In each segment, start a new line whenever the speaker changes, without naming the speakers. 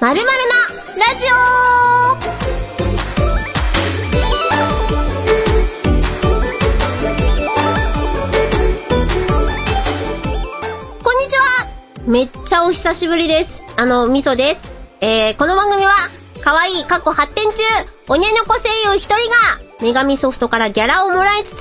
まるまるのラジオこんにちはめっちゃお久しぶりです。あの、みそです。えー、この番組は、可愛い過去発展中、おにゃにょこ声優一人が、女神ソフトからギャラをもらいつつ、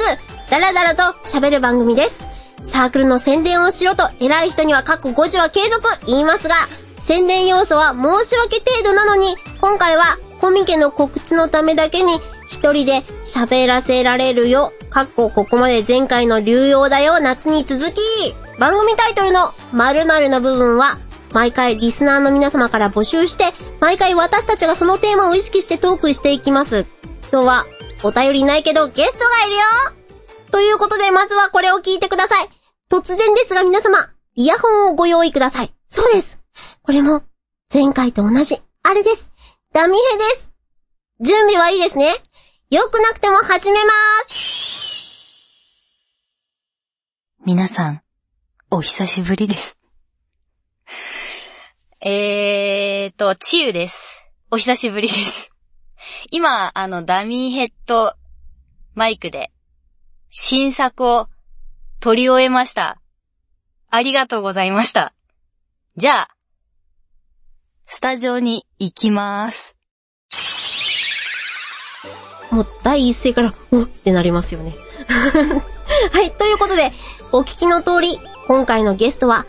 ダラダラと喋る番組です。サークルの宣伝をしろと偉い人には過去5時は継続言いますが、宣伝要素は申し訳程度なのに、今回はコミケの告知のためだけに一人で喋らせられるよ。かっこここまで前回の流用だよ夏に続き、番組タイトルの〇〇の部分は、毎回リスナーの皆様から募集して、毎回私たちがそのテーマを意識してトークしていきます。今日はお便りないけどゲストがいるよということで、まずはこれを聞いてください。突然ですが皆様、イヤホンをご用意ください。そうです。これも、前回と同じ、あれです。ダミヘです。準備はいいですね。良くなくても始めます。
皆さん、お久しぶりです。えーと、チユです。お久しぶりです。今、あの、ダミーヘッドマイクで、新作を取り終えました。ありがとうございました。じゃあ、スタジオに行きます。
もう第一声から、おってなりますよね。 はい、ということで、お聞きの通り、今回のゲストは、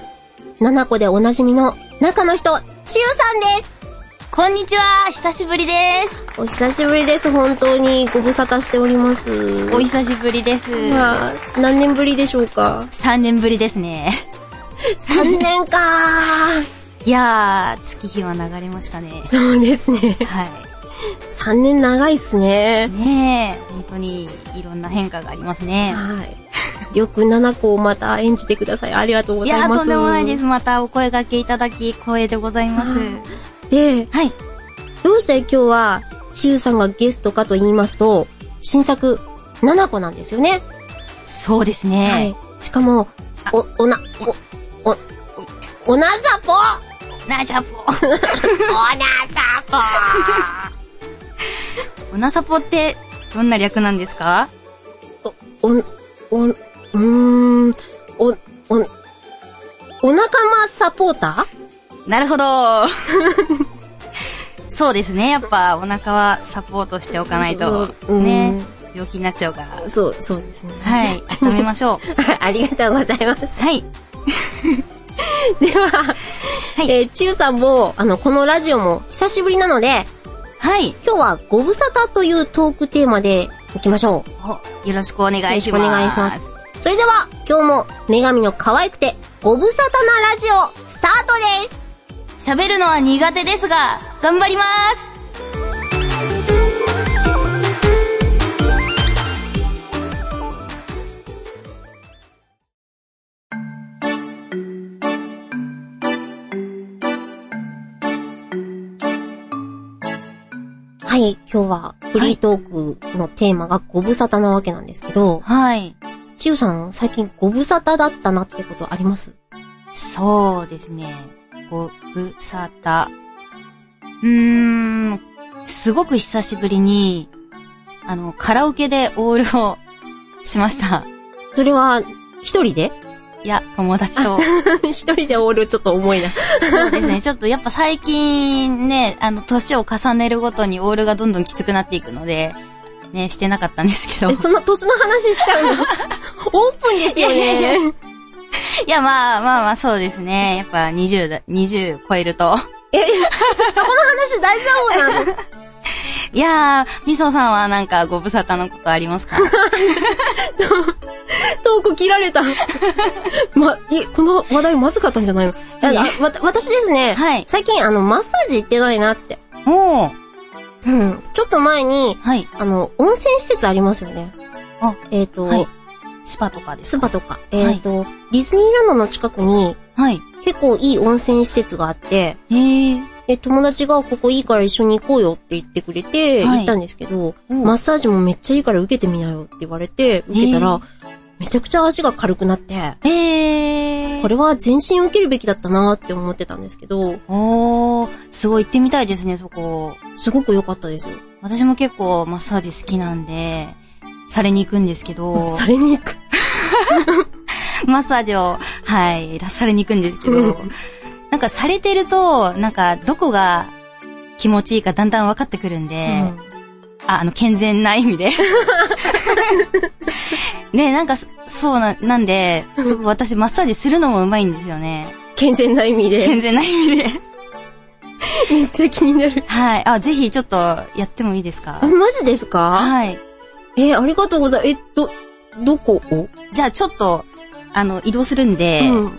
七子でおなじみの中の人、ちゆさんです。
こんにちは久しぶりです。
お久しぶりです。本当にご無沙汰しております。
お久しぶりです。
まあ、何年ぶりでしょうか
3年ぶりですね。
?3 年かー。
いやー、月日は流れました ね。
そうですね。
は
3年長いっす
い。
ね。
ねえ、本当にいろんな変化がありますね。
はい。よく7個をまた演じてください。ありがとうご
い
ざ
や
います。
ー、とんでもないです。またお声掛けいただき、光栄でござ います。
で、
はい。
どうして今日は、しゆさんがゲストかと言いますと、新作、7個なんですよね。
そうです
は
ね。
い。しかも、お、おな、お、お、お、おなさぽ
なあ、じゃあ、ぽ。
おなさぽ
おなさぽって、どんな略なんですか
お、お、うーん、お、お、お仲間サポータ
なるほど。 そうですね。やっぱ、お腹はサポートしてお
ー
かないと、
うん
ね。病気になっちゃうから。
そう、そうですね。
はい。温めましょ う。
ありがとうございます。
はい。
では、
い
えー、ちゆさんも、あの、このラジオも久しぶりなので、
はい。
今日はご無沙汰というトークテーマで行きましょ
およろしくお願いします。
よろしくお願いします。う。それでは、今日も女神の可愛くてご無沙汰なラジオ、スタートです
喋るのは苦手ですが、頑張ります
はい、今日はフリートークのテーマがご無沙汰なわけなんですけど、
はい。
ちゆさん、最近ご無沙汰だったなってことあります
そうですね。ご無沙汰。うーん、すごく久しぶりに、あの、カラオケでオールをしま した。
それは、一人で
いや、友達と。
一人でオールちょっと重いな。
そうですね。ちょっとやっぱ最近ね、あの、年を重ねるごとにオールがどんどんきつくなっていくので、ね、してなかったんですけど
え、。 その年の話しち ゃうのオープンですよ
いやいや
ね。
いや、まあまあまあ、そうですね。やっぱ20だ、20超えると。
え、そこの話大丈夫なの
いやー、みそさんはなんかご無沙汰のことありますか
トーク切られた。 ま、い、この話題まずかったんじゃないのいや
いや
あわた私ですね、
はい
最近あの、マッサージ行ってないなって。
おー。
うん。ちょっと前に、
はい。
あの、温泉施設ありますよね。
あ、
えっ、と、
はいスパとかです
ス
か。
パとか、えっ、と、ディズニーランドの近くに
はい。
結構いい温泉施設があって、
えー。
で、友達がここいいから一緒に行こうよって言ってくれて、
はい
行ったんですけど、
うん
マッサージもめっちゃいいから受けてみなよって言われて、受けたら、めちゃくちゃ足が軽くなって、
ええ
これは全身受けるべきだったなって思ってたんですけど、
おー、すごい行ってみたいですね、そこ。
すごく良かったですよ。
私も結構マッサージ好きなんで、されに行くんですけど、
されに行く。
マッサージを、はい、されに行くんですけ
う
ど
ん、
なんかされてると、なんかどこが気持ちいいかだんだん分かってくるんで、あ、あの、健全な意味で。 ね、なんかそ、そうな、なんで、すごく私マッサージするのもうまいんですよね。
健全な意味で。
健全な意味で。
めっちゃ気に なる。
はい。あ、ぜひちょっとやってもいいですか
あマジですか
はい。
えーありがとうございます。え、ど、どこを
じゃあちょっと、あの、移動するんで、
うん。え、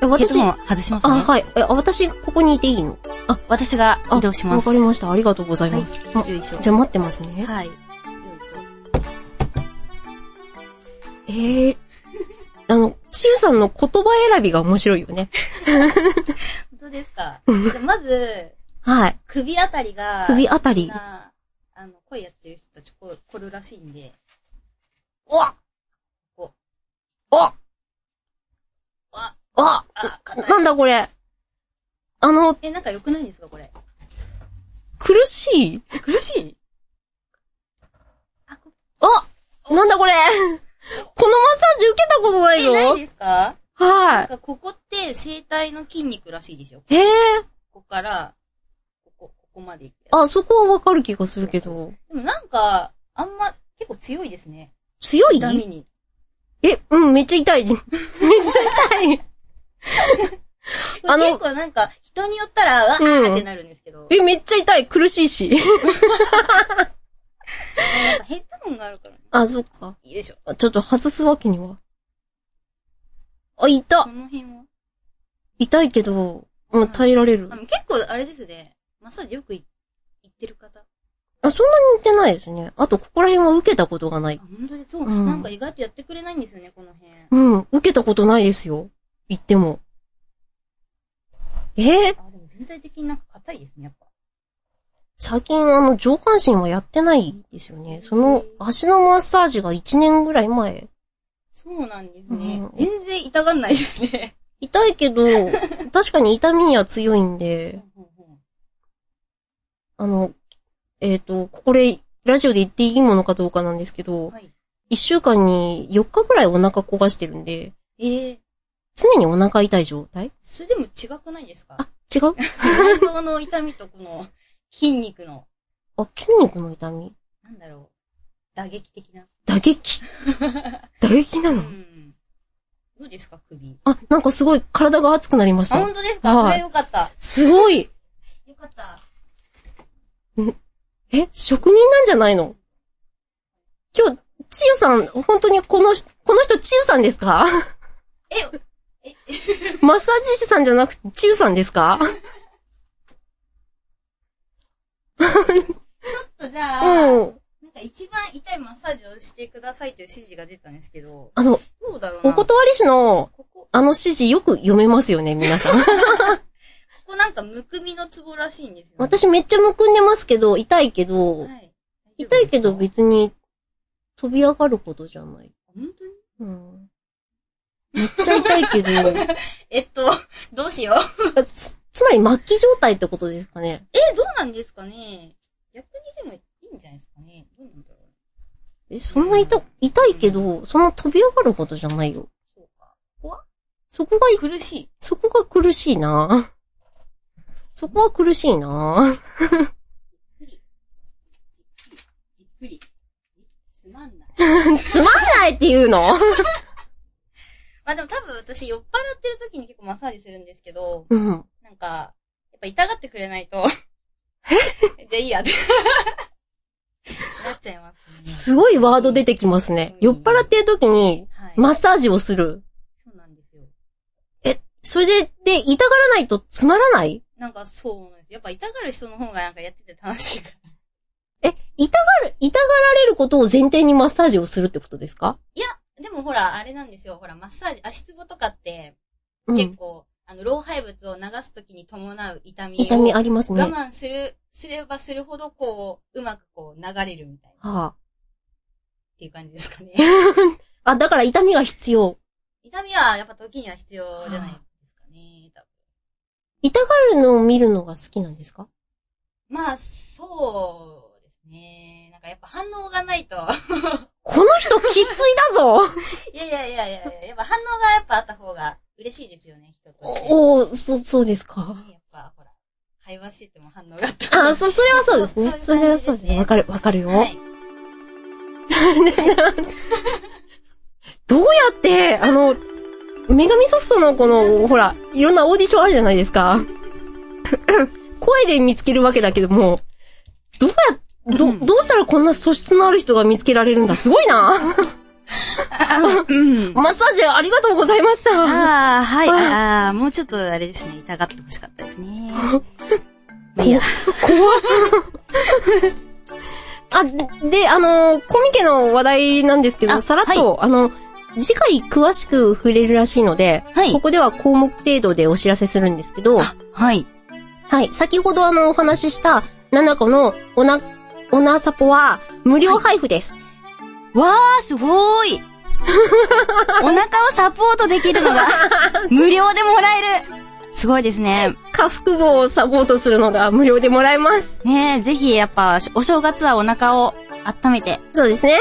ヘッ
私
ド、ホン外します
あ、
ね。
はい。え、私、ここにいていいの
私が
あ
移動します。
わかりました。ありがとうございます。
はい。よいしょ。
あじゃあ待ってますね。
はい。よ
えー、あの、ちゆさんの言葉選びが面白いよね。
いしょ本当ですか
うん
じゃあまず、
はい。
首あたりが
首あた
みん
り。
なあの、声やってる人たち、こ来るらしいんで。
お
お
お
あ、
あ
あ、硬い。
なんだこれ。あの、
え、なんか良くないですかこれ。
苦しい
苦しいあ、こ
あなんだこれこのマッサージ受けたことない
え、ない
よ
ですかな
は
んかここって声帯の筋肉らしいですよ。
い。えー、
ここから、ここ、ここまで行くやつ。
あ、そこはわかる気がするけど。
でもなんか、あんま、結構強いですね。
強い
痛みに。
え、うん、めっちゃ痛い。めっ ちゃ痛い。あ
あ
の
の、結構なんか、人によったら、うわ
うん
ーってなるんですけど、
え、めっちゃ痛い。苦しいし。
なんかヘッドホンがあるから、ね、
あ、そっか。
よいしょ。
あちょっと外すわけには。あ、痛
こ。の辺は。
痛いけど、もう耐えられる
あ。の結構、あれですね。マッサージよくい行ってる方。あ、
あ、そんなに似てないですね。あと、ここら辺は受けたことがない。
本当でそう、
うん
なんか意外とやってくれないんですよね、この辺。
うん、受けたことないですよ。言っても。えー
あ、でも全体的になんか硬いですね、やっぱ。
最近、あの、上半身はやってないですよね。その、足のマッサージが1年ぐらい前。
そうなんですね。
うん
全然痛がんないですね。
痛いけど、確かに痛みには強いんで、あの、えっ、と、これ、ラジオで言っていいものかどうかなんですけど、
はい。
1週間に4日ぐらいお腹焦がしてるんで、
えー、
常にお腹痛い状態
それでも違くないですか
あ、違う
内臓の痛みとこの筋肉の、
あ、筋肉の痛み
なんだろう、打撃的な。
打 撃打撃な
う
の
ん。どうですか、首。
あ、なんかすごい体が熱くなりまし
あ、
た。
本当ですか、
はい
それよかった。
すごい
よかった。
え、職人なんじゃないの今日、ちゆさん、本当にこの、この人ちゆさんです か
え、
マッサージ師さんじゃなくてちゆさんですか
ちょっとじゃあ、
うん。
なんか一番痛いマッサージをしてくださいという指示が出たんですけど、
あの、
どうだろうな。
お断り師の、
ここ、
あの指示よく読めますよね、皆さん。
ここなんかむくみのツボらしいんですよ、ね。
私めっちゃむくんでますけど、痛いけど、
はい、
痛いけど
本
別に飛び上がることじゃない。
当に
うん。めっちゃ痛い けど、
えっと、どうしよう。
あつつまり末期状態ってことですかね。
え、どうなんですかね逆にでもいいんじゃないですかねどうなんだろう。
え、そんな痛、痛いけど、そんな飛び上がることじゃないよ。
そうか。
そこがい、
苦しい。
そこが苦しいなそこは苦しいな
じっくり。つまんない。
つまんないって言うの
まあでも多分私酔っ払ってる時に結構マッサージするんですけど、
うん。
なんか、やっぱ痛がってくれないと、え じゃあいいやって。なっちゃいます、
すごいワード出てきますね。酔っ払ってる時に、
はい。
マッサージをする。
そうなんですよ。
それで、で、痛がらないとつまらない
なんかそうなんです。やっぱ痛がる人の方がなんかやってて楽しいから。
え、痛がる、痛がられることを前提にマッサージをするってことですか
でもほら、あれなんですよ。ほら、マッサージ、足つぼとかって、
うん
結構、あの、老廃物を流す時に伴う痛みを。
痛みありますね。
我
は
慢する、すればするほど、こう、うまくこう、流れるみたいな、っ
あ、
ていう感じですかね。
あ、だから痛みが必要。
痛みはやっぱ時には必要じゃないですかね。多分
痛がるのを見るのが好きなんですか
まあ、そうですね。なんかやっぱ反応がないと。
この人、きついだぞ
いやいやいやいやいや、やっぱ反応がやっぱあった方が嬉しいですよね、人として。
おおそ、そうですか。
やっぱほら、会話してても反応があった方が。
あ、そ、それはそうですね。
そ
そう
いう
れ
感
は
じですね
そうですね。わかる、わかるよ。
はい。
どうやって、あの、女神ソフトのこの、ほら、いろんなオーディションあるじゃないです か。声で見つけるわけだけども、どうや、
う
ど、
ん
どうしたらこんな素質のある人が見つけられるんだすごいな
うん。
マッサージありがとうございました
ああ、はい。
あ
ああ、もうちょっとあれですね、痛がってほしかったですね。まあいいや。
あ、で、あの、コミケの話題なんですけど、
あ
さらっと、あの、次回詳しく触れるらしいので、
はい
ここでは項目程度でお知らせするんですけど、
はい。
はい。先ほどあの、お話しした、七個のオナ、オナサポは、無料配布です。
わー、すごーい。お腹をサポートできるの が、無料でもらえる。すごいですね。
下腹部をサポートするのが無料でもらえます。
ねえ、ぜひやっぱ、お正月はお腹を温めて
そうですね。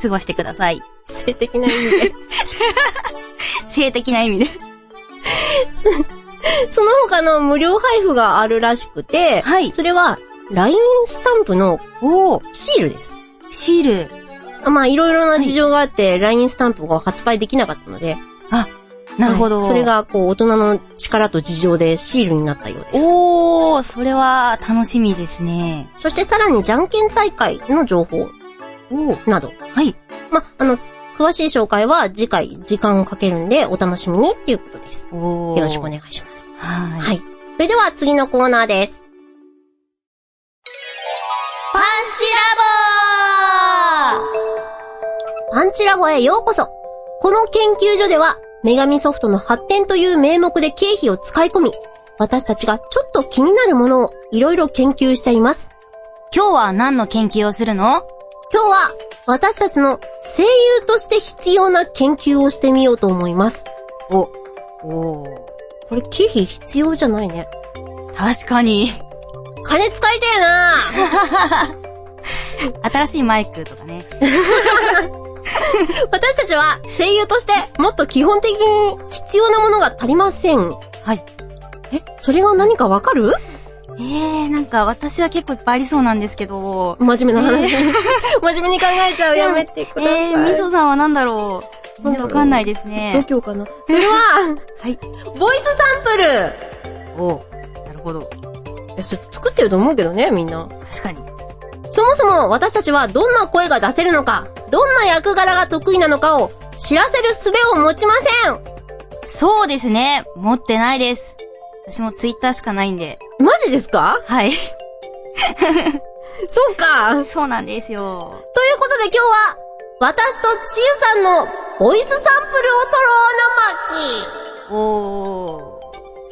過ごしてください。
性的な意味で。
性的な意味で。
その他の無料配布があるらしくて、
はい
それは、LINE スタンプの
おー、
シールです。
シール。
あまあ、いろいろな事情があって、LINE スタンプが発売できなかったので。
あ、なるほど。
はいそれ。が、こう、大人の力と事情でシールになったようです。
おー、それは楽しみですね。
そしてさらに、じゃんけん大会の情報
おー、
など。
はい。
ま、あの、詳しい紹介は次回時間をかけるんでお楽しみにっていうことです。
おー。
よろしくお願いします。
はい。
はい。それでは次のコーナーです。
パンチ
パンチラボへようこそこの研究所では、女神ソフトの発展という名目で経費を使い込み、私たちがちょっと気になるものをいろいろ研究しています。
ラボ今日は何の研究をするの
今日は、私たちの声優として必要な研究をしてみようと思います。
お、おー。
これ経費必要じゃないね。
確かに。
金使いたいな
新しいマイクとかね。
私たちは声優としてもっと基本的に必要なものが足りません。
はい。
え、それは何かわかる
ええー、なんか私は結構いっぱいありそうなんですけど。
真面目な話。 真面目に考えちゃう。やめてく
え
ださい。
えー、みそさんは何だろう全然わかんないですね。
度胸かな。それは、
はい。
ボイスサンプル
おなるほど。
えそれ作ってると思うけどね、みんな。
確かに。
そもそも私たちはどんな声が出せるのか、どんな役柄が得意なのかを知らせる術を持ちません
そうですね。持ってないです。私もツイッターしかないんで。
マジですか
はい。
そうか。
そうなんですよ。
ということで今日は、私とちゆさんのボイスサンプルを取ろうの巻
おー。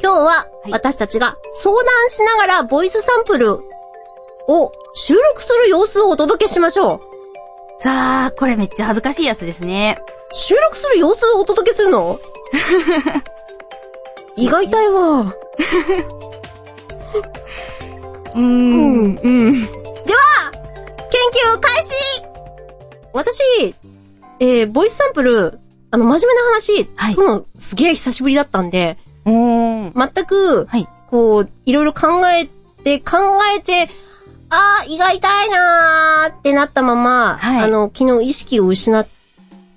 今日は
はい
私たちが相談しながらボイスサンプルを収録する様子をお届けしましょう。
さあ、これめっちゃ恥ずかしいやつですね。
収録する様子をお届けするの意外たいわ。
うーん、うん。
研究開始私、えー、ボイスサンプル、あの、真面目な話、
はい
もうすげえ久しぶりだったんで、
おー。
全く、
はい。
こう、いろいろ考えて、考えて、ああ、胃が痛いなーってなったまま、
は
あ
い
の、昨日意識を失っ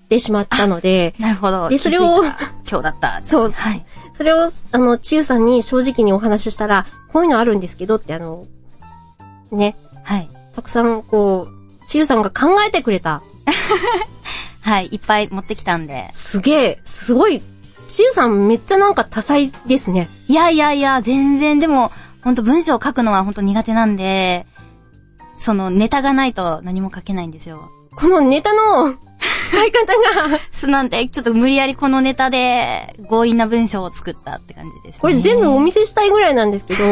てしまったので、
なるほど。
でそれを
気づいた今日だった。
そう
はい。
それを、あの、ちゆさんに正直にお話ししたら、こういうのあるんですけどって、あの、ね、
はい。
たくさん、こう、ちゆさんが考えてくれた。
はい。いっぱい持ってきたんで。
すげえ、すごい、ちゆさんめっちゃなんか多彩ですね。
いやいやいや、全然、でも、ほんと文章を書くのはほんと苦手なんで、そのネタがないと何も書けないんですよ。
このネタ の使い方が、
すなんで、ちょっと無理やりこのネタで強引な文章を作ったって感じです、ね。
これ全部お見せしたいぐらいなんですけど、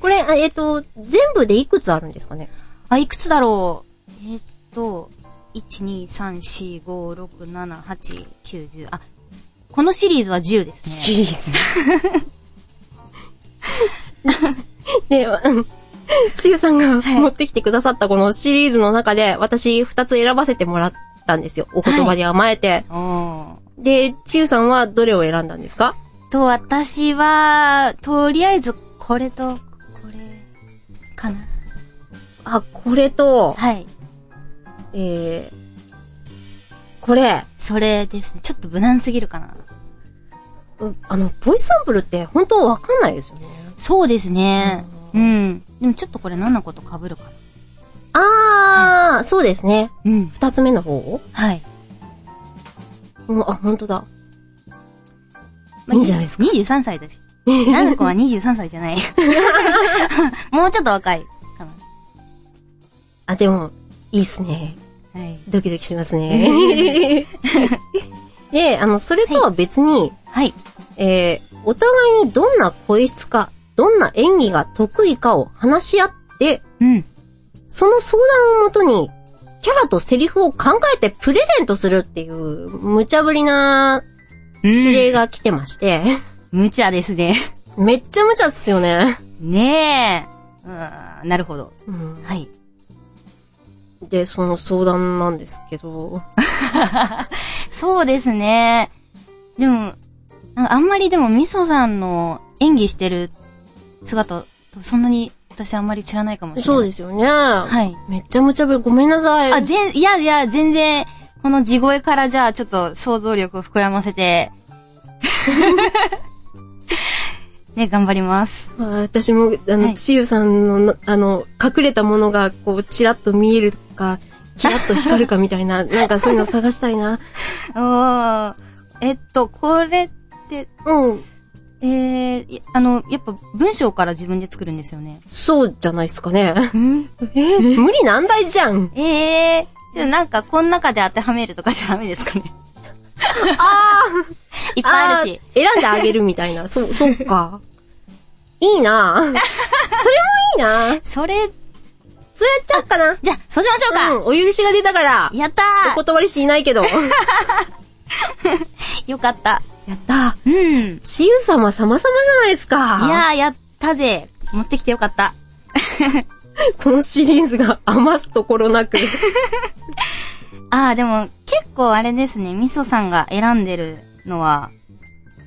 これ、あえっ、と、全部でいくつあるんですかね
あ、いくつだろうえーっと、 1,2,3,4,5,6,7,8,9,10あ、このシリーズは10ですね。
リーズ。で、うんちゆさんが
はい
持ってきてくださったこのシリーズの中で、私2つ選ばせてもらったんですよ。お言葉に甘えて。
おー
で、ちゆさんはどれを選んだんですか
と、私は、とりあえず、これと、これ、かな。
あ、これと、
はい。
えー、これ、
それですね。ちょっと無難すぎるかな。
うあの、ボイスサンプルって本当わかんないですよね。
そうですね。
う
うん。でもちょっとこれ何のこと被るかな。
あー、そうですね。
うん。
二つ目の方を
はい。
うんあ、本当だ。
まあ
いいんじゃないです
か。23歳だし。ナナコは23歳じゃ ない。もうちょっと若いか
あ、でも、いいっすね。
な。はい。
ドキドキしますね。で、あの、それとは別に、
はい。
えー、お互いにどんな声質か、どんな演技が得意かを話し合って、
うん。
その相談をもとに、キャラとセリフを考えてプレゼントするっていう、無茶ぶりな指令が来てまして、
無茶ですね。
めっちゃ無茶っすよね。
ねえ。うーん、なるほど。
うん
はい。
で、その相談なんですけど、
そうですね。でも、なんかあんまりでもみそさんの演技してる姿、そんなに私あんまり知らないかもしれない。
そう
す。
ですよね。
はい。
めっちゃ無茶ぶり、ごめんなさい。
あ、全、いやいや、全然、この地声からじゃあ、ちょっと想像力を膨らませて、 ね、頑張ります。
まあ私も、あ
は
の、
い
ちゆさんのな、あの、隠れたものが、こう、ちらっと見えるか、キラッと光るかみたい な、なんかそういうの探したいな。
おーえっと、これって、
うん。
えー、いあの、やっぱ文章から自分で作るんですよね。
そうじゃないですか ね。
うん
え、無理難題じゃん。
えー、ちょ、なんか、この中で当てはめるとかじゃダメ ですかね。あーいっぱいあるし。
ー選んであげるみたいな。 そ、そっか。いいなそれもいいなそ
それ、
れやっちゃおうかな。
じゃあ、そうしましょうか、
うん、お許しが出たから、
やった
お断りしない けど。や
ーよかった。
った。
うん。
ちゆ様様々じゃないですか。
いやー、やったぜ。持ってきてよかった。
このシリーズが余すところなく。
あー、でも、結構あれですね、みそさんが選んでるのは、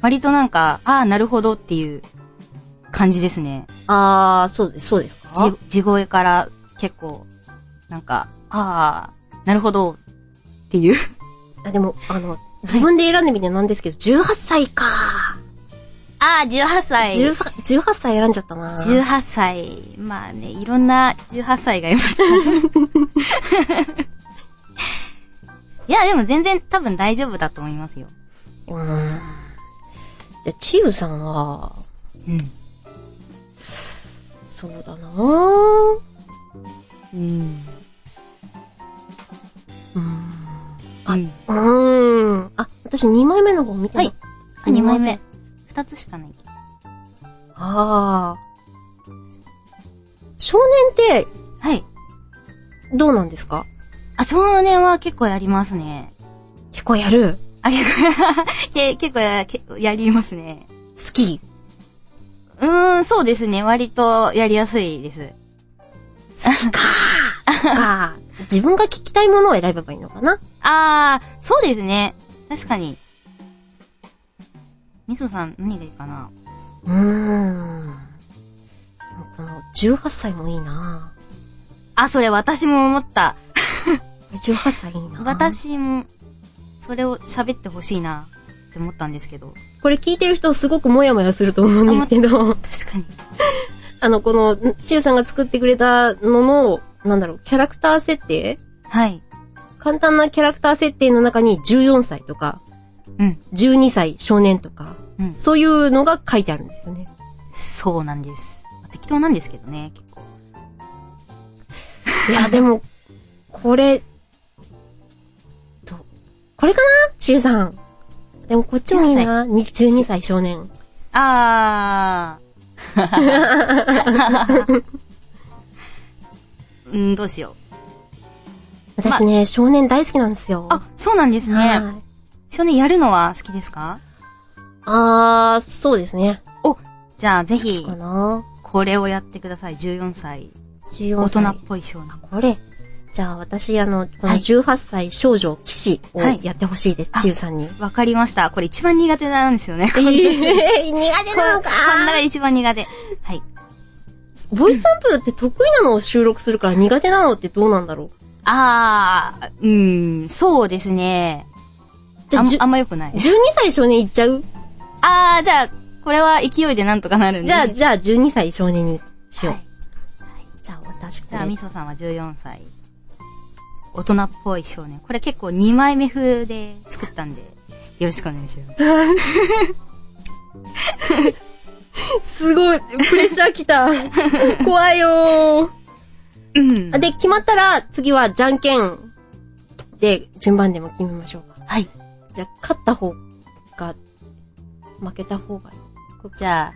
割となんか、あー、なるほどっていう感じですね。
あー、そうです、そうですか
じ地声から結構、なんか、あー、なるほどっていう。
あでも、あの、自分で選んでみてなんですけど、18歳か。
あー、18歳。
13 18歳選んじゃったな。
18歳。まあね、いろんな18歳がい ますから。いや、でも全然多分大丈夫だと思いますよ。
うーん。じゃあ、ちゆさんは、
うん。
そうだなぁ。
うん。
うーん。
うん。
うーん。あ、私2枚目の方見てな
はい。あ、2枚目。。2つしかない。
ああ。少年って、
はい。
どうなんですか
あ、少年は結構やりますね。
結構やる。
あ、結構 け、結構や、けやりますね。
好き。
うーん、そうですね。割とやりやすいです。
か。自分が聞きたいものを選べばいいのかな
あー、そうですね。確かに。みそさん、何がいいかな
うーん。この、18歳もいいな
あ、それ私も思った。
18歳いいな
私も、それを喋ってほしいな、って思ったんですけど。
これ聞いてる人すごくモヤモヤすると思うんですけど、
確かに。
あの、この、んちゆさんが作ってくれたのの、なんだろう、キャラクター設定
はい。
簡単なキャラクター設定の中に14歳とか、
うん。
12歳少年とか、
うん。
そういうのが書いてあるんですよね。
そうなんです。まあ適当なんですけどね、結構。
いや、でも、これ、と、これかなちゆさん。でもこっちもいいな。に12歳少年。
あ ー。うん、どうしよ
私ね、少年大好きなんですよ。
あ、そうなんですね。
はい
少年やるのは好きですか
あー、そうですね。
じゃあぜひ、
かな
これをやってください。14歳。
14
大
歳
人っぽい少年。
これ。じゃあ私、あの、この
はい
18歳少女騎士を
はい
やってほしいです、
あ
ちゆさん に。
わかりました。これ一番苦手なんですよね。
えー、苦手なのか
こんなが一番苦手。はい。
ボイスサンプルって得意なのを収録するから苦手なのってどうなんだろ
あー、うーん、そうですね。
うじゃ
あ
あ、
ん
じゅ
あんま良くない。
12歳少年いっちゃう
あー、じゃあ、これは勢いでなんとかなるんで。
じゃあ、じゃあ12歳少年にしよう。
はい
じゃあ私こ
じゃあ、
れ
み。そさんは14歳。大人っぽい少年。これ結構2枚目風で作ったんで、よろしくお願いします。
すごい、プレッシャーき た。怖いよー。
うん
あで、決まったら、次はじゃんけんで、順番でも決めましょうか。
はい。
じゃあ、勝った方が、負けた方がいい。
じゃ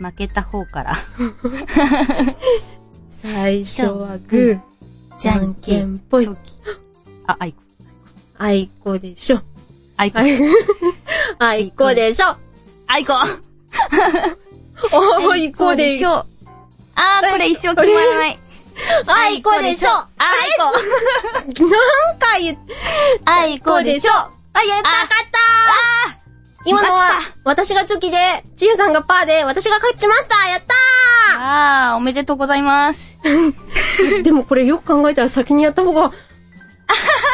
あ、負けた方 から。
最初はグー、じゃんけんぽい
チョ、キ。あ、あいこ。
あいこでしょ。
あいこ
あ。いあいこでしょ。
あいこ
おーいこでしょ。
ょ。あー、これ一生決まら ない。
あいこでしょ。あいこ。なんか言っ
あいこでしょ。
あ、やった、
あ
勝ったー今のは、私がチョキで、ちゆさんがパーで、私が勝ちましたやった
あー、おめでとうございます。
ー でもこれよく考えたら先にやった方が、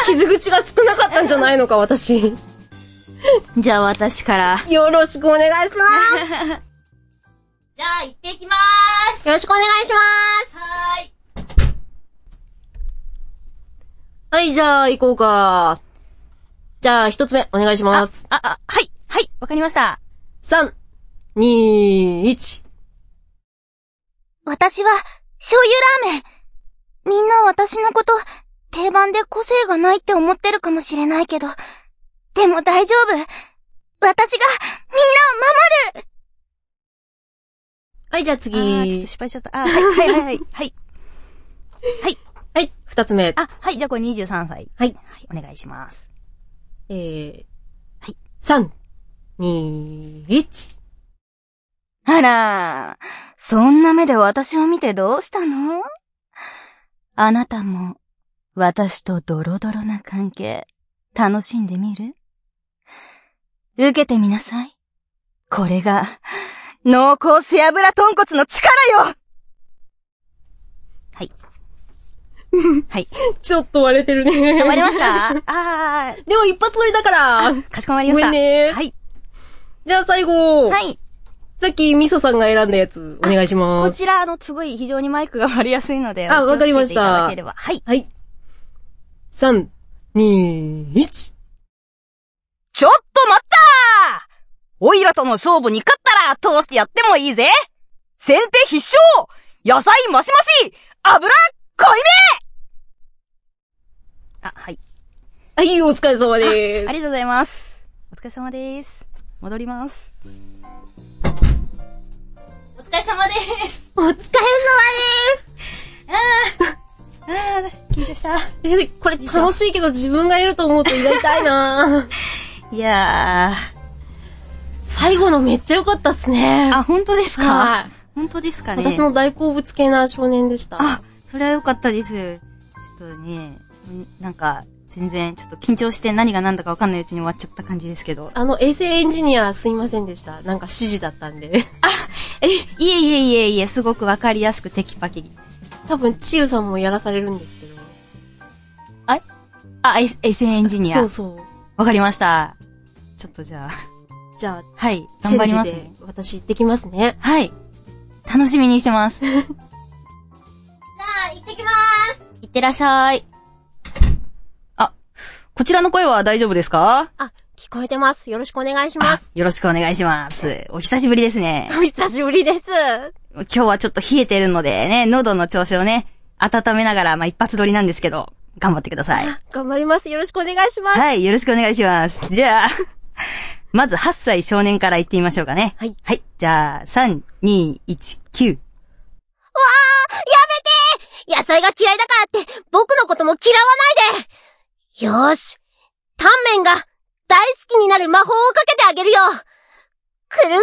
傷口が少なかったんじゃないのか、私。
じゃあ、私から。
よろしくお願いします
じゃあ、行ってきま ーす
よろしくお願いします
はーい。
はい、じゃあ、行こうか。じゃあ、一つ目、お願いし
あ
ます。、
あ、あ、はい、はい、わかりました。
3、2、1。
私は、醤油ラーメン。みんな私のこと、定番で個性がないって思ってるかもしれないけど、でも大丈夫。私が、みんなを守る
はい、じゃあ
あー、ちょっ
次
と。失敗しちゃった。あー、はい、はい、はい、はい。
はい、二つ目。
あ、はい、じゃあこれ23歳。
はい。
はい、お願いします。
えー、
はい。
3、2、1。
あら、そんな目で私を見てどうしたのあなたも、私とドロドロな関係、楽しんでみる受けてみなさい。これが、濃厚背脂豚骨の力よ
はい。
ちょっと割れてるね。
頑張りましたあー、
でも一発撮りだから。
かしこまりました。
ごめんね
はい。
じゃあ最後。
はい。
さっきみそさんが選んだやつ、お願いし
こ
ます。
ちら、あの、すごい、非常にマイクが割れやすいので、
あ
お気を
わ
つけ
かりました
ていただければ。はい。
はい。3、2、1。
ちょっと待ったおいらとの勝負に勝ったら、通してやってもいいぜ先手必勝野菜マシマシ油濃いめ
あ、はい。
はい、お疲れ様
あり
で
が
す。
とうございます。お疲れ様です。戻ります。お疲れ様です。
お疲れ様で
あー、緊張した。
す。え、これ楽しいけど自分がやると思うと胃が痛い な
いや
最後のめっちゃ良かったっすね
ー。。あ、本当ですか
はい。
本当ですかね。
私の大好物系な少年でした。
あ、それは良かったです。ちょっとね、んなんか、全然、ちょっと緊張して何が何だか分かんないうちに終わっちゃった感じですけど。
あの、衛星エンジニアすいませんでした。なんか指示だったんで。
え、いえいえいえいえ、すごく分かりやすくテキパキ。
多分、ちゆさんもやらされるんですけど。
あ、エセエンジニア。
そう
わ
そう。
かりました。ちょっとじゃあ、
じゃあ、
はい、
チ
頑
ェ
張
ンジ
ります、
で私行ってきますね。
はい。楽しみにして ます。じゃあ、行ってきます。行ってらっしゃい。あ、こちらの声は大丈夫ですか
あ、聞こえてます。よろしくお願いしま
あ
す。、
よろしくお願いします。お久しぶりですね。
お久しぶりです。
今日はちょっと冷えてるのでね、喉の調子をね、温めながら、まあ、一発撮りなんですけど、頑張ってください。
頑張ります。よろしくお願いします。
はい、よろしくお願いします。じゃあ、 まず8歳少年から言ってみましょうかね。
はい。
はい、じゃあ、3、2、1、9。
やめて
野菜が嫌いだからって僕のことも嫌わないでよーし、タンメンが大好きになる魔法をかけてあげるよくるくるく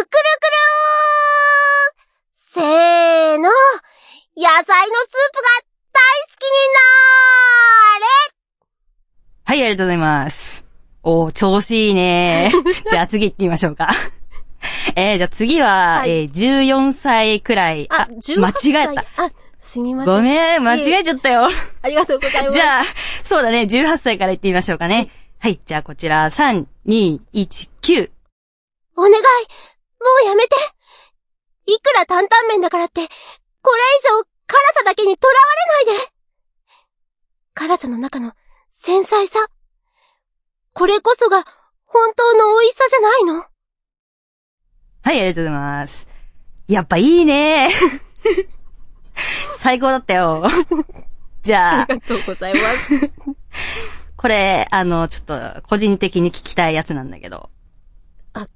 るーせーの、野菜のスープが大好きになーれ
はい、ありがとうございます。おー、調子いいねじゃあ次行ってみましょう か。えー、じゃあ次は、
はい
えー、14歳くらい。
あ、
間
18歳。
違えた。。
あ、すみません。
ごめん、間違えちゃったよ。
ありがとうございます。
じゃあ、そうだね、18歳から行ってみましょうかね。はい、じゃあこちら、3、2、1、9。
お願い、もうやめて。いくら担々麺だからって、これ以上辛さだけにとらわれないで。辛さの中の繊細さ。これこそが本当の美味しさじゃないの。
はい、ありがとうございます。やっぱいい ね最高だったよ。じゃあ、
がとうございます。
これ、あの、ちょっと、個人的に聞きたいやつなんだけど、
が、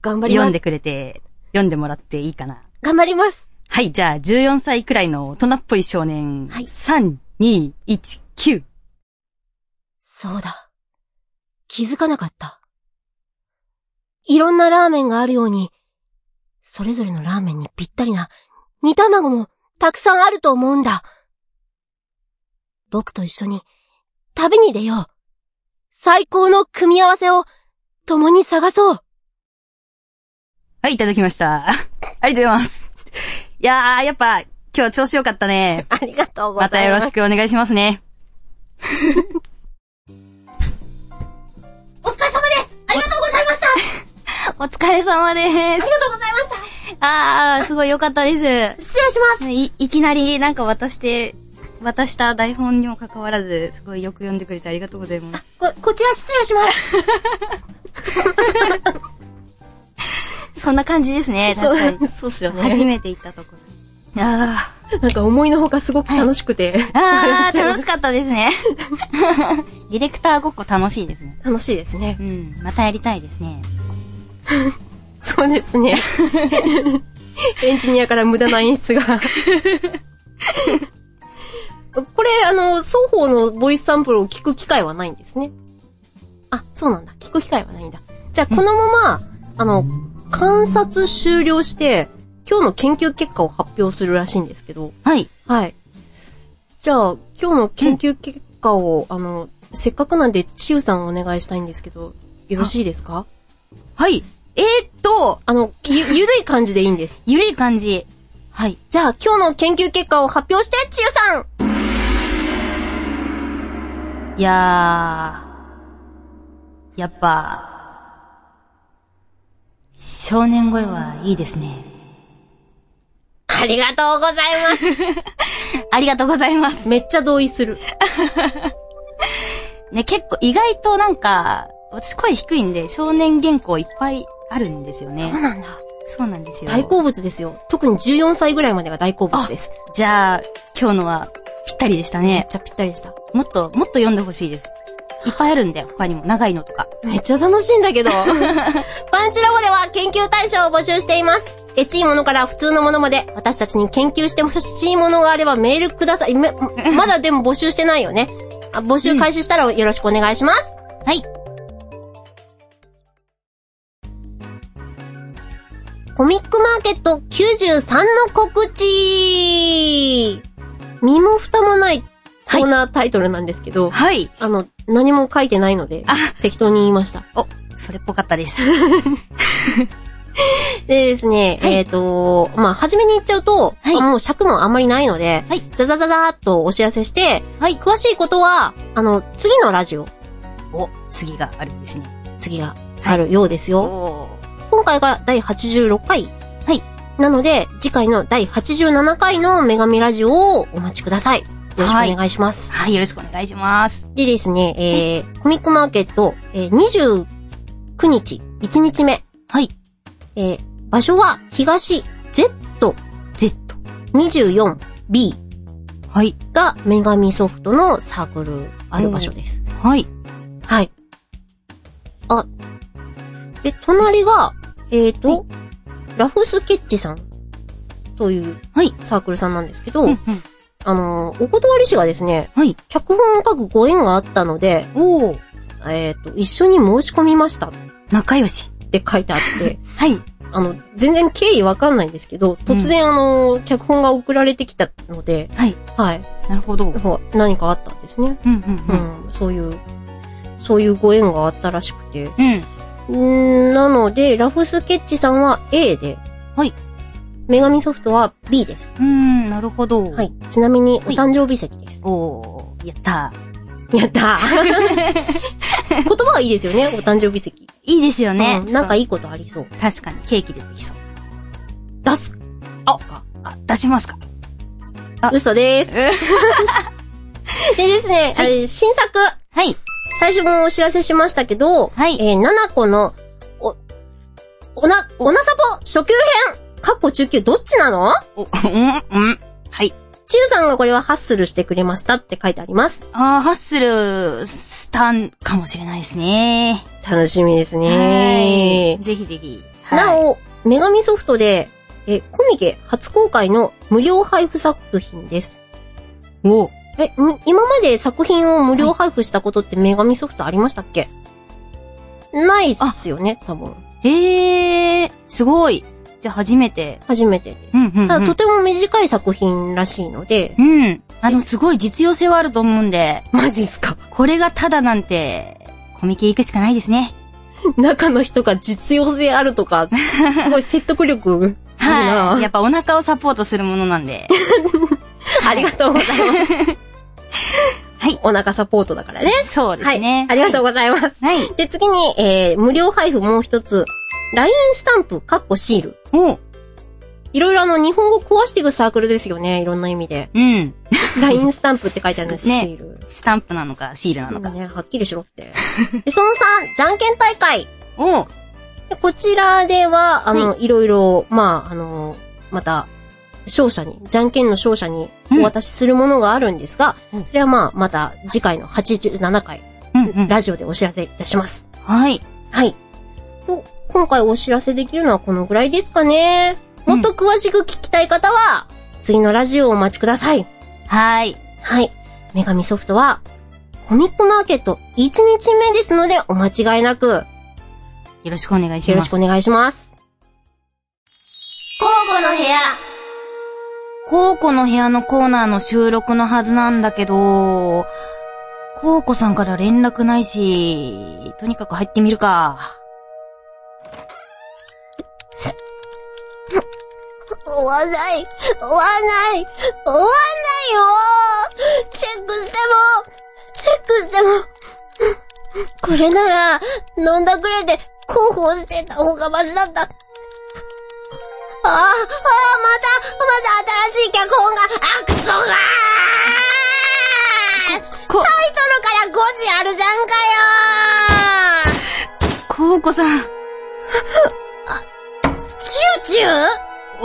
頑張り
読
ま
ん
す。
でくれて、読んでもらっていいかな。
頑張ります。
はい、じゃあ、14歳くらいの大人っぽい少年。
はい
3、2、1、9。
そうだ。気づかなかった。いろんなラーメンがあるように、それぞれのラーメンにぴったりな煮卵もたくさんあると思うんだ。僕と一緒に旅に出よう。最高の組み合わせを共に探そう。
はい、いただきま した。ありがとうございます。いやー、やっぱ、今日調子良かったね。
ありがとう
またよろしくお願いしますね。
お疲れ様ですありがとうございましたあ
お疲れ様です。
りがとうございました
あー、すごい良かったです。
失礼します
い、いきなりなんか渡して、渡した台本にもかかわらず、すごいよく読んでくれてありがとうございます。
こ、こちら失礼します
そんな感じですね、確かに。
そうっすよ
初めて行ったところ。あ
なんか思いのほかすごく楽しくて、
ー、あ ー、楽しかったですね。 ディレクターごっこ楽しいですね。
楽しいですね。
うん、またやりたいですね。
そうです ね。エンジニアから無駄な演 出が。これ、あの、双方のボイスサンプルを聞く機会はないんですね。あ、そうなんだ。聞く機会はないんだ。じゃあ、このまま、あの、観察終了して、今日の研究結果を発表するらしいんですけど。
はい。
はい。じゃあ、今日の研究結果を、あの、せっかくなんで、ちゆさんお願いしたいんですけど、よろしいですか
はい。
えー、っと、
あの、 ゆ、ゆるい感じでいいんです。
ゆるい感じ。はい。
じゃあ、今日の研究結果を発表して、ちゆさん
いやー、やっぱ、
少年声はいいですね。
ありがとうございます。
ありがとうございます。
めっちゃ同意する。
ね、結構意外となんか、私声低いんで、少年原稿いっぱいあるんですよ
そう
ね。
なんだ。
そうなんですよ。
大好物ですよ。特に14歳ぐらいまでが大好物です。
じゃあ、今日のはぴったりでした
めっ
ね。
ちゃぴったりでした。
もっと、もっと読んでほしいです。いっぱいあるんだよ、他にも。長いのとか。
めっちゃ楽しいんだけ ど。パンチラボでは研究対象を募集しています。エチいものから普通のものまで、私たちに研究してほしいものがあればメールくださ い。めまだでも募集してないよね。あ募集開始したらよろしくお願いします。
はい。
コミックマーケット93の告知身も蓋もないコーナータイトルなんですけど、
はい。
あの、何も書いてないので、適当に言いました。
それっぽかったです。
でですね、
はい
えっ、と、まあ、初めに言っちゃうと、
はい
もう尺もあんまりないので、
はい
ザザザザーっとお知らせして、
はい
詳しいことは、あの、次のラジオ、
お、次があるんですね。
次があるようですよ。
おー。
今回が第86回。
はい。
なので、次回の第87回の女神ラジオをお待ちください。よろしくお願いします。
はい、よろしくお願いします。
でですね、えー、コミックマーケット、えー、29日、1日目。
はい。
えー、場所は東 Z24B
はい。
が女神ソフトのサークルある場所です。
はい。
はい。あ、で、隣が、えーと、ラフスケッチさんという
はい
サークルさんなんですけど、
うんうん。
あの、お断り師がですね、
はい。
脚本を書くご縁があったので、
おお
えっ、と、一緒に申し込みましたっ
仲良し。
て書いてあって、
はい。
あの、全然経緯わかんないんですけど、突然あの、脚本が送られてきたので、
はい。
はい。
なるほど。
ほ何かあったんですね。
うんうんう。
うんん、そういう、そういうご縁があったらしくて。
うん。
んなので、ラフスケッチさんは A で。
はい。
女神ソフトは B です。
うん、なるほど。
はい。。ちなみに、お
い
誕生日席です。
おおやったー。
やったー 言葉はいいですよね、お誕生日席。
いいですよね。
うんなんか
い
いいことありそう。
確かに、ケーキ出てきそう。
出す。
あ、あ、出しますか。あ
嘘です。で ですね、あれ新作。
はい。
最初もお知らせしましたけど、
はい
えー、7個の、お、おな、おなさぽ初級編かっこ中級どっちなの
お、うん、うん。はい。
ちゆさんがこれはハッスルしてくれましたって書いてあります。
あー、ハッスルしたんかもしれないですね。
楽しみです
は
ね
い。。ぜひぜひ。はい
なお、女神ソフトで、え、コミケ初公開の無料配布作品です。
お
え、ん今まで作品を無料配布したことって女神ソフトありましたっけないっすよね、多分。
えー、すごい。じゃあ初めて。
初めてです。
うん、うん、うん。
ただ、とても短い作品らしいので、
うん。あの、すごい実用性はあると思うんで、
マジっすか
これがただなんて、コミケ行くしかないですね。
中の人が実用性あると か、すごい説得力あ
はい。
る
や
な
っぱお腹をサポートするものな んで。
ありがとうございます。
はい。
お腹サポートだからね。
そうですね。
はい。ありがとう
う。
ございます。
はい。
で、次に、えー、無料配布もう一つ。LINE スタンプ、カッコシール。
おう。
いろいろあの、日本語壊していくサークルですよね。いろんな意味で。
うん。
LINE スタンプって書いてあるの、シ
ね
ール。
スタンプなのか、シールなのか。
ね、はっきりしろって。で、その3、じゃんけん大会。
おう。
でこちらでは、あの、い、ろいろ、まあ、あの、また、勝者に、じゃんけんの勝者にお渡しするものがあるんですが、
うん
それはまあ、また次回の87回、
うんうん。
ラジオでお知らせいたします。
はい。
はい。と、今回お知らせできるのはこのぐらいですかね。もっと詳しく聞きたい方は、次のラジオをお待ちください。
はい。
はい。女神ソフトは、コミックマーケット1日目ですので、お間違いなく、
よろしくお願いします。
よろしくお願いします。
交互の部屋。
コウコの部屋のコーナーの収録のはずなんだけど、コウコさんから連絡ないし、とにかく入ってみるか。
終わんない。終わんない。終わんないよチェックしても、チェックしても。これなら、飲んだくれて広報してた方がマシだった。ああ、ああ、また、また新しい脚本が、あ、くそが
こ、
タイトルから5時あるじゃんかよ
コウコさん。
チューチュー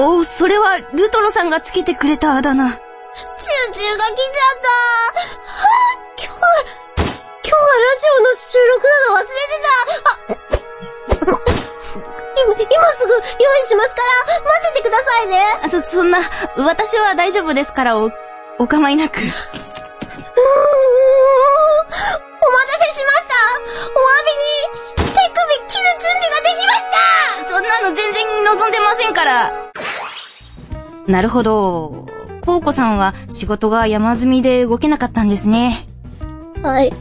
お、それは、ルトロさんがつけてくれたあだ名。
チューチューが来ちゃったはあ、今日は、今日はラジオの収録なの忘れてたあ、今、今すぐ用意しますから、待っててくださいね
あ、そ、そんな、私は大丈夫ですから、お、お構いなく。
うーんお待たせしましたお詫びに、手首切る準備ができました
そんなの全然望んでませんから。なるほど。コウコさんは仕事が山積みで動けなかったんですね。
はい。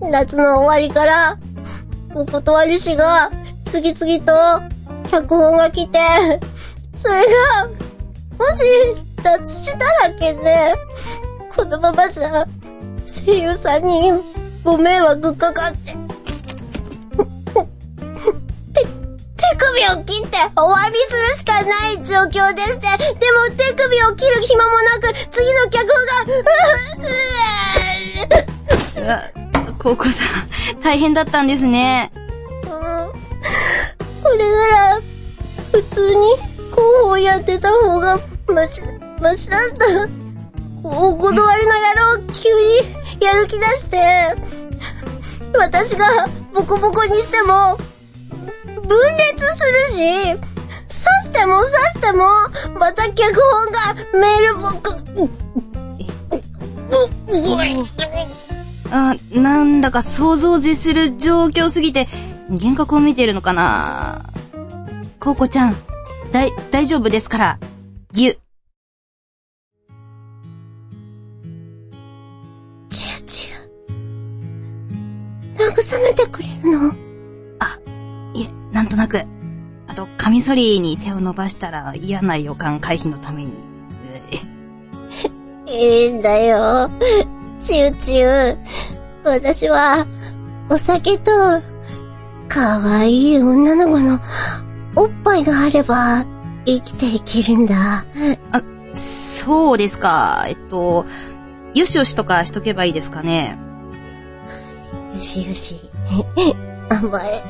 夏の終わりから、お断り師が、次々と、脚本が来て、それが、もし、脱字だらけで、このままじゃ、声優さんに、ご迷惑かかって、て、手首を切って、お詫びするしかない状況でして、でも手首を切る暇もなく、次の脚本が、うっうっ
コウコさん、大変だったんですね。
うんこれなら、普通に広報やってた方が、マシ、マシだった。お断りの野郎、急にやる気出して、私がボコボコにしても、分裂するし、刺し
しても刺しても、また脚本がメールボックス。
あ、なんだか想像を絶する状況すぎて、幻覚を見ているのかなコウコちゃん、だい、大丈夫ですから、ぎゅ。
チューチュー。慰めてくれるの
いえ、なんとなく。あと、カミソリに手を伸ばしたら嫌な予感回避のために。えー
いいんだよ。チューチュー。私は、お酒と、可愛い女の子の、おっぱいがあれば、生きていけるんだ。
そうですか。えっと、よしよしとかしとけばいいですかね。
よしよし。 甘え。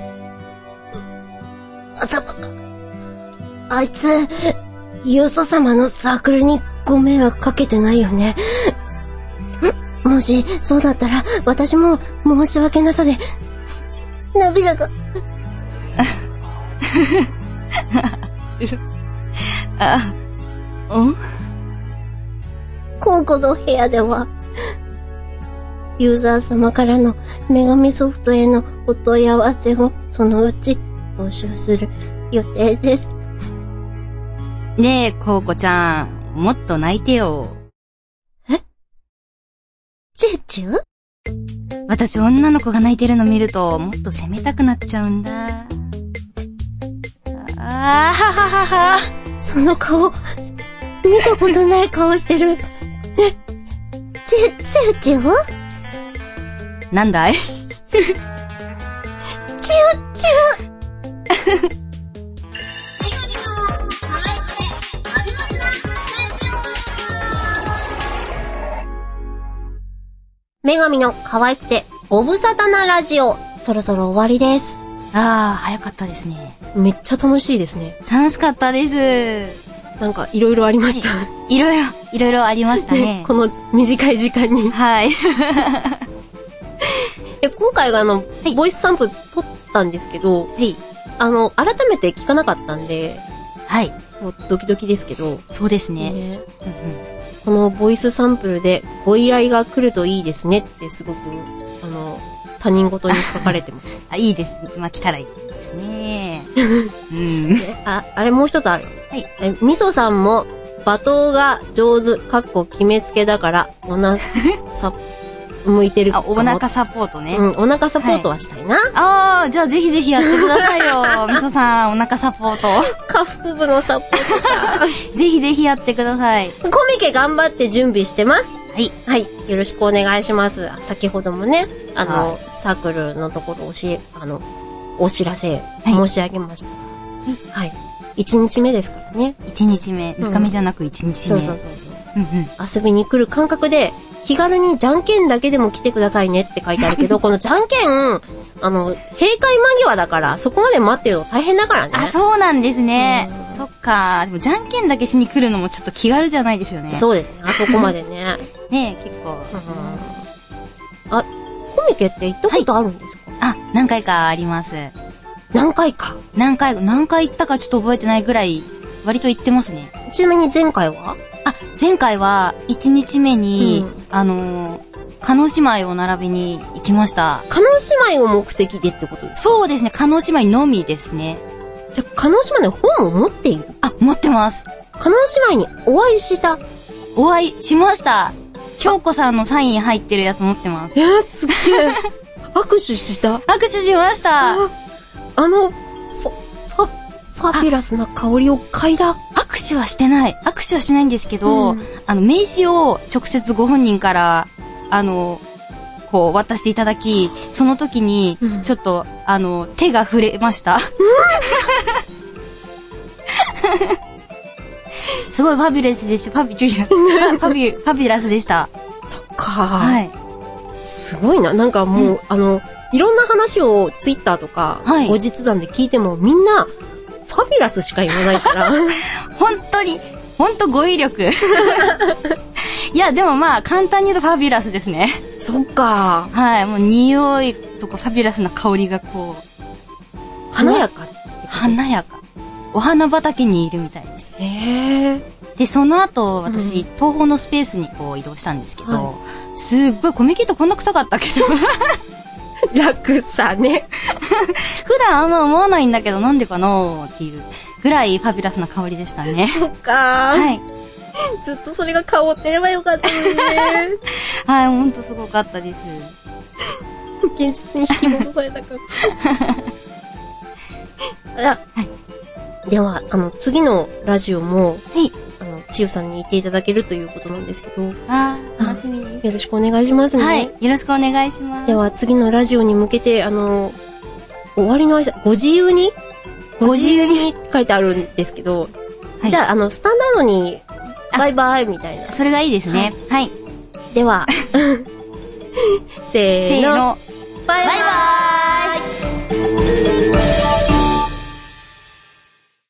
頭が。あいつ、よそ様のサークルにご迷惑かけてないよね。んもし、そうだったら、私も申し訳なさで、涙が、
あ、うん
高校の部屋では、ユーザー様からの女神ソフトへのお問い合わせをそのうち募集する予定です。
ねえ、コウコちゃん、もっと泣いてよ。
チューチュー
私女の子が泣いてるの見ると、もっと責めたくなっちゃうんだ。あはははは。
その顔、見たことない顔してる。え、チュ、チューチュー
なんだい
チューチュー女神の可愛くてご無沙汰なラジオ、そろそろ終わりです。
ああ、早かったですね。
めっちゃ楽しいですね。
楽しかったです。
なんかいろいろありました。
いろいろ、いろいろありました
ね
ね
こ。の短い時間に。
はい。
え今回があの、
い
ボイスサンプル撮ったんですけど、
はい。
あの、改めて聞かなかったんで、
はい。
もうドキドキですけど、
そうです
ね
ね。うんうん
このボイスサンプルでご依頼が来るといいですねってすごく、あの、他人事に書かれてます。
あ、いいです。まあ、来たらいいですね。 うん。
ねあ、あれもう一つある。
はい
え。みそさんも、罵倒が上手、かっこ決めつけだから、おな、さ、向いてる
あ、
かも。
お腹サポートね。
うん、お腹サポートはしたいな。
ああ、じゃあぜひぜひやってください よ。みそさん、お腹サポート。
下腹部のサポート。
ぜひぜひやってください。
コミケ頑張って準備してます。
はい。
はい。よろしくお願いします。先ほどもね、あの、
は
サークルのところをし、あの、お知らせ
い
申し上げました。はい。1日目ですからね。
1日目、
うん
3日目じゃなく1日目。
そうそうそう。
うんうん。
遊びに来る感覚で、気軽にじゃんけんだけでも来てくださいねって書いてある けど、このじゃんけん、あの、閉会間際だから、そこまで待ってるの大変だからね。
あ、そうなんですね
うん。
そっか。でも、じゃんけんだけしに来るのもちょっと気軽じゃないですよね。
そうですね。あそこまで ね。
う。ねえ、結構。
うんあ、コミケって行ったことあるんですか、
あ、何回かあります。
何回か。
何回、何回行ったかちょっと覚えてないぐらい、割と行ってますね。
ちなみに前回は
あ、前回は、1日目
う
に、
ん
あのー、カノ姉妹を並びに行きました。
カノ姉妹を目的でってことです。
そうですね、カノ姉妹のみですね。
じゃあ、カノ姉妹の本を持っている。
あ、持ってます。
カノ姉妹にお会いした。
お会いしました。京子さんのサイン入ってるやつ持ってます。
えー、すっげえ。握手した。
握手しました。
ああの、ファ、ファ、ファビュラスな香りを嗅いだ。
握手はしてない。握手はしないんですけ
う
ど、
ん
あの、名刺を直接ご本人から、あの、こう、渡していただき、その時に
うん、
ちょっと、あの、手が触れました。すごいファビュレスでした。ファビュ ラス、ファビュ、ファビュラスでした。
そっか、
はい。
すごいな。なんかもう、あの、いろんな話をツイッターとか、
はい
後日談で聞いてもみんな、ファビュラスしか言わないから。
本当に、本当語彙力。いや、でもまあ、簡単に言うとファビュラスですね。
そっか。
はい、もう匂いとかファビュラスな香りがこう、
華やか。
華やか。お花畑にいるみたいでした。
へえ。
で、その後、私、東方のスペースにこう移動したんですけど、
は
すっごいコミケットこんな臭かったっけ ど、普
楽さね。
段あんま思わないんだけど、なんでかなっていうぐらいファビュラスな香りでしたね。
そっか
はい。
ずっとそれが香ってればよかったですね。
はい、ほんとすごかったです。
現実に引き戻されたから。あ、では、あの、次のラジオも、
はい。
あの、千代さんにいていただけるということなんですけど、よ
あー楽しみです。
ろしくお願いしますね。
はい。よろしくお願いします。
では、次のラジオに向けて、あの、終わりの挨拶、ご自由に
ご自由
に書いてあるんですけど、
はい
じゃあ、あの、スタンダードに、バイバイみたいな。
それがいいですね。はい。
では、せ
せ
ー
ー
の、
の。
バイバイ